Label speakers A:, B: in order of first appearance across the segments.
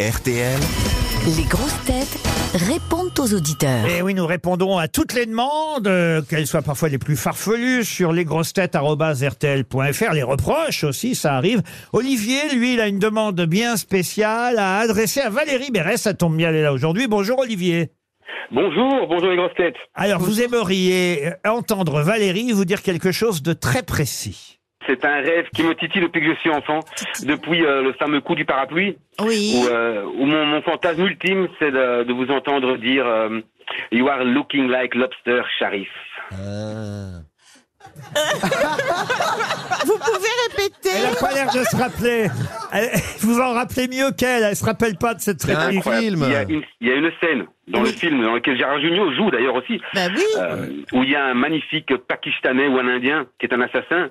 A: RTL.
B: Les grosses têtes répondent aux auditeurs.
C: Et Eh oui, nous répondons à toutes les demandes, euh, qu'elles soient parfois les plus farfelues, sur lesgrossetêtes.rtl.fr, les reproches aussi, ça arrive. Olivier, lui, il a une demande bien spéciale à adresser à Valérie Berès, ça tombe bien, elle est là aujourd'hui. Bonjour Olivier.
D: Bonjour, bonjour les grosses têtes.
C: Alors, vous aimeriez euh, entendre Valérie vous dire quelque chose de très précis.
D: C'est un rêve qui me titille depuis que je suis enfant, depuis euh, le fameux coup du parapluie,
E: Oui.
D: où, euh, où mon, mon fantasme ultime, c'est de, de vous entendre dire euh, You are looking like lobster, Sharif.
E: Vous pouvez
C: Elle n'a
E: répéter
C: pas l'air de se rappeler. Elle- vous en rappelez mieux qu'elle, elle se rappelle pas de cette
A: un
C: réplique.
A: incroyable. film.
D: Il y a une, il y a une scène dans le film dans lequel Gérard Jugnot joue d'ailleurs aussi,
E: Bah oui.
D: euh, où il y a un magnifique Pakistanais ou un Indien qui est un assassin.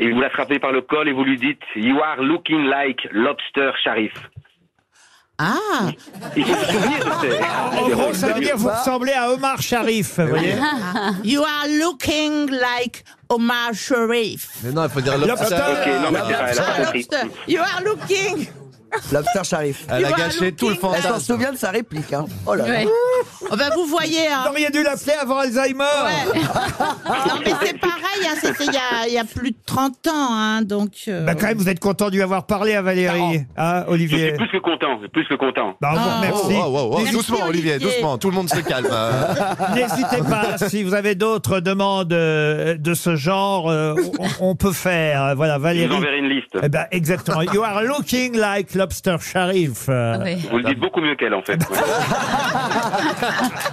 D: Et vous l'attrapez par le col et vous lui dites You are looking like lobster, Sharif.
E: Ah,
D: Il faut se souvenir de ces-
C: En
D: ces
C: gros,
D: rôles
C: ça veut
D: de-
C: dire vous ressemblez à Omar Sharif, vous voyez.
E: you are looking like Omar Sharif.
F: Mais non, il faut dire
C: Lobster.
F: lobster.
D: Ok, non, mais c'est pas- elle a
E: Ah,
D: pas compris.
E: lobster. You are looking.
G: Lobster Sharif.
F: Elle a
E: You are
F: gâché tout le
E: looking
G: Elle s'en
F: fantasme.
G: souvient de sa réplique. Hein. Oh là là.
E: Oh, bah, vous voyez, hein.
C: Vous auriez dû l'appeler avant Alzheimer.
E: Ouais. Non, mais c'est pareil, hein, c'était il y a, il y a plus de 30 ans, hein, donc. euh,
C: Bah quand même, vous êtes content d'y avoir parlé à Valérie, hein,
D: Bah, oh. Je suis
C: Olivier
D: plus que content, plus que content.
C: bah, on vous
E: Ah.
F: Oh,
C: remercie.
F: oh, oh, oh.
E: Merci,
F: Doucement, Olivier,
E: Olivier.
F: doucement. Tout le monde se calme. euh.
C: N'hésitez pas, si vous avez d'autres demandes euh, de ce genre, euh, on, on peut faire. Euh, Voilà,
D: Je vous
C: Valérie.
D: enverrai une liste.
C: Eh ben, exactement. You are looking like Lobster Sharif. Euh,
D: Vous le dites beaucoup mieux qu'elle, en fait. Ouais.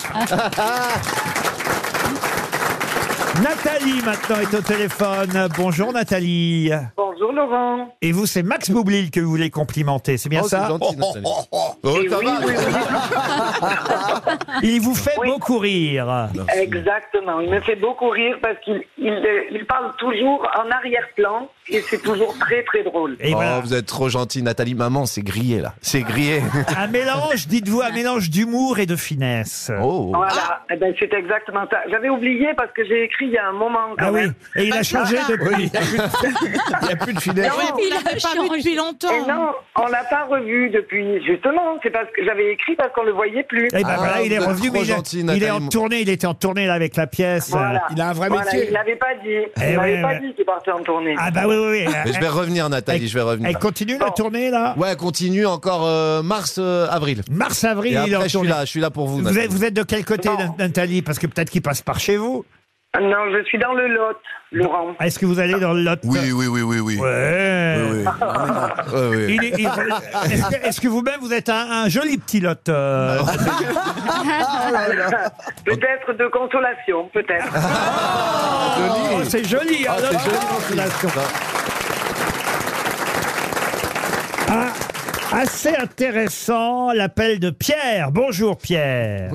C: Nathalie, maintenant, est au téléphone. Bonjour, Nathalie.
H: Bonjour Laurent.
C: Et vous, c'est Max Boublil que vous voulez complimenter, c'est bien
F: Oh, c'est
C: ça
F: gentil, Nathalie. Oh,
H: Et
F: ça
H: oui,
F: va.
H: oui, oui,
C: Il vous fait
H: Oui.
C: beaucoup rire.
H: exactement. Il me fait beaucoup rire parce qu'il il, euh, il parle toujours en arrière-plan et c'est toujours très très drôle.
C: Et
F: Oh,
C: voilà.
F: vous êtes trop gentil, Nathalie. Maman, c'est grillé, là. C'est grillé.
C: Un mélange, dites-vous, un mélange d'humour et de finesse.
F: Oh.
H: Voilà, Eh ben, c'est exactement ça. J'avais oublié parce que j'ai écrit il y a un moment quand
C: Ah oui,
H: même.
C: et il a changé depuis.
A: Il n'y a plus de finesse.
E: non, on l'avait pas
H: Non,
E: vu depuis
H: Et
E: longtemps.
H: non, on l'a pas revu depuis. Justement, c'est parce que j'avais écrit parce qu'on le voyait plus.
C: Et ben
F: Ah,
C: voilà, il est
F: vous êtes
C: revenu,
F: trop
C: mais il, est-
F: gentil,
C: il est en
F: Nathalie.
C: tournée, il était en tournée là avec la pièce.
H: Voilà.
C: Euh,
A: Il a un vrai
H: Voilà,
A: métier.
H: il l'avait pas dit.
C: Eh
H: il l'avait
C: ouais,
H: pas
C: ouais.
H: dit qu'il partait en tournée.
C: Ah bah oui, oui, oui.
F: Mais je vais
C: Elle-
F: revenir, Nathalie,
C: elle-
F: je vais
C: Elle
F: revenir.
C: continue la
H: Bon.
C: tournée là
F: Ouais, continue encore euh, mars, euh, avril.
C: Mars-avril,
F: Et
C: il est en
F: après, je suis
C: tournée.
F: là, je suis là pour vous.
C: Vous êtes,
F: Nathalie.
C: vous êtes de quel côté,
H: Non.
C: Nathalie Parce que peut-être qu'il passe par chez vous.
H: Non, je suis dans le Lot, Laurent.
C: Est-ce que vous allez dans le Lot
F: Oui, oui, oui, oui, oui.
C: Ouais.
F: Ouais, ouais.
C: Il est- il- Est-ce que, est-ce que vous-même, vous êtes un, un joli petit Lot euh,
H: Peut-être de consolation, peut-être.
C: Oh, c'est joli, hein,
F: Ah, c'est
C: Lot
F: joli.
C: Constellation.
F: Non.
C: Ah, Assez intéressant, l'appel de Pierre. Bonjour Pierre.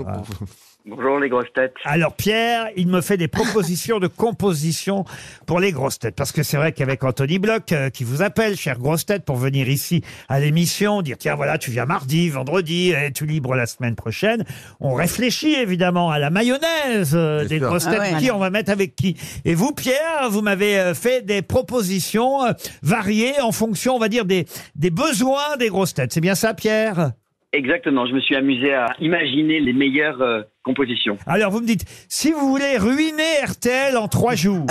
D: Bonjour, les grosses têtes.
C: Alors Pierre, il me fait des propositions de composition pour les grosses têtes. Parce que c'est vrai qu'avec Anthony Bloch, euh, qui vous appelle, chère grosse tête, pour venir ici à l'émission, dire tiens voilà, tu viens mardi, vendredi, et tu libres la semaine prochaine, on réfléchit évidemment à la mayonnaise euh, des
F: sûr.
C: grosses têtes,
E: ouais.
C: qui on va mettre avec qui. Et vous Pierre, vous m'avez euh, fait des propositions euh, variées en fonction, on va dire, des, des besoins des grosses têtes. C'est bien ça Pierre
I: Exactement, je me suis amusé à imaginer les meilleures euh, compositions.
C: Alors vous me dites, si vous voulez ruiner RTL en trois jours,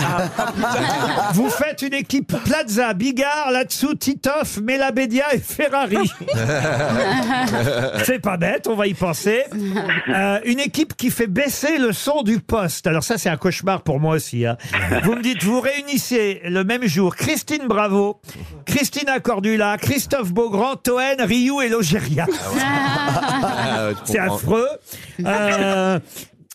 C: vous faites une équipe Plaza, Bigard, là-dessous Titoff, Melabedia et Ferrari. c'est pas bête, on va y penser. Euh, une équipe qui fait baisser le son du poste. Alors ça, c'est un cauchemar pour moi aussi. hein. Vous me dites, vous réunissez le même jour Christine Bravo, Christina Cordula, Christophe Beaugrand, Toen, Ryu et Logéria.
F: Ah, ouais, je
C: C'est
F: comprends.
C: affreux. Euh,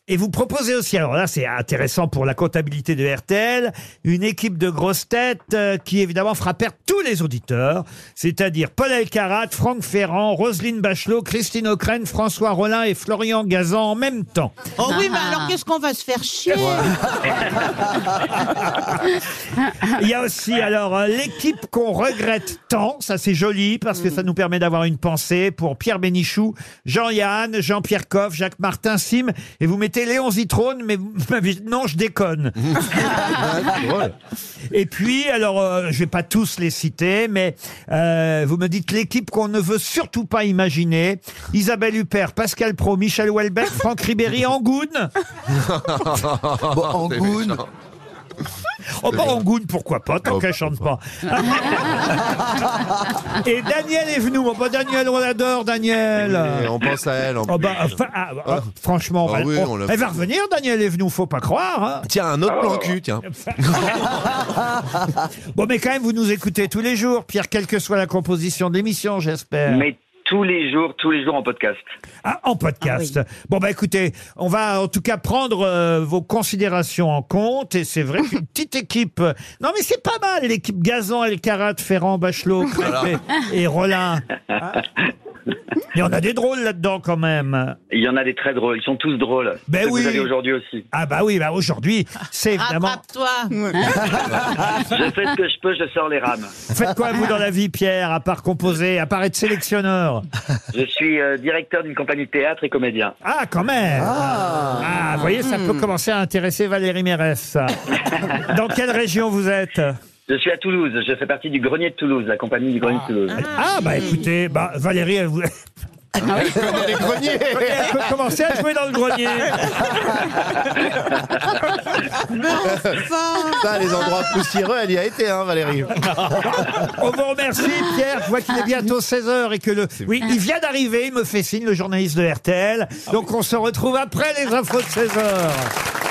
C: et vous proposez aussi, alors là c'est intéressant pour la comptabilité de RTL, une équipe de grosses têtes euh, qui évidemment fera perdre tous les auditeurs, c'est-à-dire Paul Elkarat, Franck Ferrand, Roselyne Bachelot, Christine O'Crane, François Rollin et Florian Gazan en même temps.
E: Oh oui, mais alors qu'est-ce qu'on va se faire chier
C: Il y a aussi alors euh, l'équipe qu'on regrette tant, ça c'est joli parce que ça nous permet d'avoir une pensée pour Pierre Bénichou, Jean-Yann, Jean-Pierre Coff, Jacques Martin, Sim, et vous mettez C'était Léon Zitrone, mais vous m'avez dit, non, je déconne. Et puis, alors, euh, je vais pas tous les citer, mais euh, vous me dites l'équipe qu'on ne veut surtout pas imaginer. Isabelle Huppert, Pascal Pro, Michel Houellebecq, Franck Ribéry, Angoune.
F: bon, Angoune.
C: Oh, pas Angoune, pourquoi pas,
F: Oh,
C: tant qu'elle chante pas. Et Daniel est venu. Oh, bah, Daniel, on l'adore, Daniel.
F: On pense à elle. En
C: Oh,
F: plus.
C: bah, enfin, ah, ah, franchement,
F: Euh, Ah
C: bah,
F: oui,
C: on-
F: on l'a
C: elle
F: vu.
C: va revenir, Daniel est venu, faut pas croire. hein.
F: Tiens, un autre plan cul, tiens.
C: Bon, mais quand même, vous nous écoutez tous les jours, Pierre, quelle que soit la composition de l'émission, j'espère.
I: Mais tous les jours, tous les jours en podcast.
C: Ah, en podcast. Bon, bah écoutez, on va en tout cas prendre euh, vos considérations en compte. Et c'est vrai qu'une petite équipe. euh, Non, mais c'est pas mal, l'équipe Gazan, Elkarat, Ferrand, Bachelot, Crépé et Rollin. Hein Et on a des drôles là-dedans quand même.
I: Il y en a des très drôles. Ils sont tous drôles.
C: Ben
I: Ceux que
C: oui.
I: Vous avez aujourd'hui aussi.
C: Ah, bah oui, bah aujourd'hui, c'est
E: Ah,
C: évidemment.
E: Attrape-toi.
I: Je fais ce que je peux, je sors les rames.
C: Faites quoi, vous, dans la vie, Pierre, à part composer, à part être sélectionneur
I: Je suis euh, directeur d'une compagnie de théâtre et comédien.
C: Ah, quand même Ah, vous voyez, ça peut commencer à intéresser Valérie Mérès. ça. Dans quelle région vous êtes
I: Je suis à Toulouse. Je fais partie du Grenier de Toulouse, la compagnie du Grenier de Toulouse.
C: Ah, bah écoutez, bah, Valérie, elle, vous- elle peut commencer à jouer dans le grenier.
F: Ça, les endroits poussiéreux, elle y a été, hein, Valérie.
C: On vous remercie, Pierre. Je vois qu'il est bientôt 16h et que le. Oui, il vient d'arriver, il me fait signe, le journaliste de RTL. Donc on se retrouve après les infos de 16h.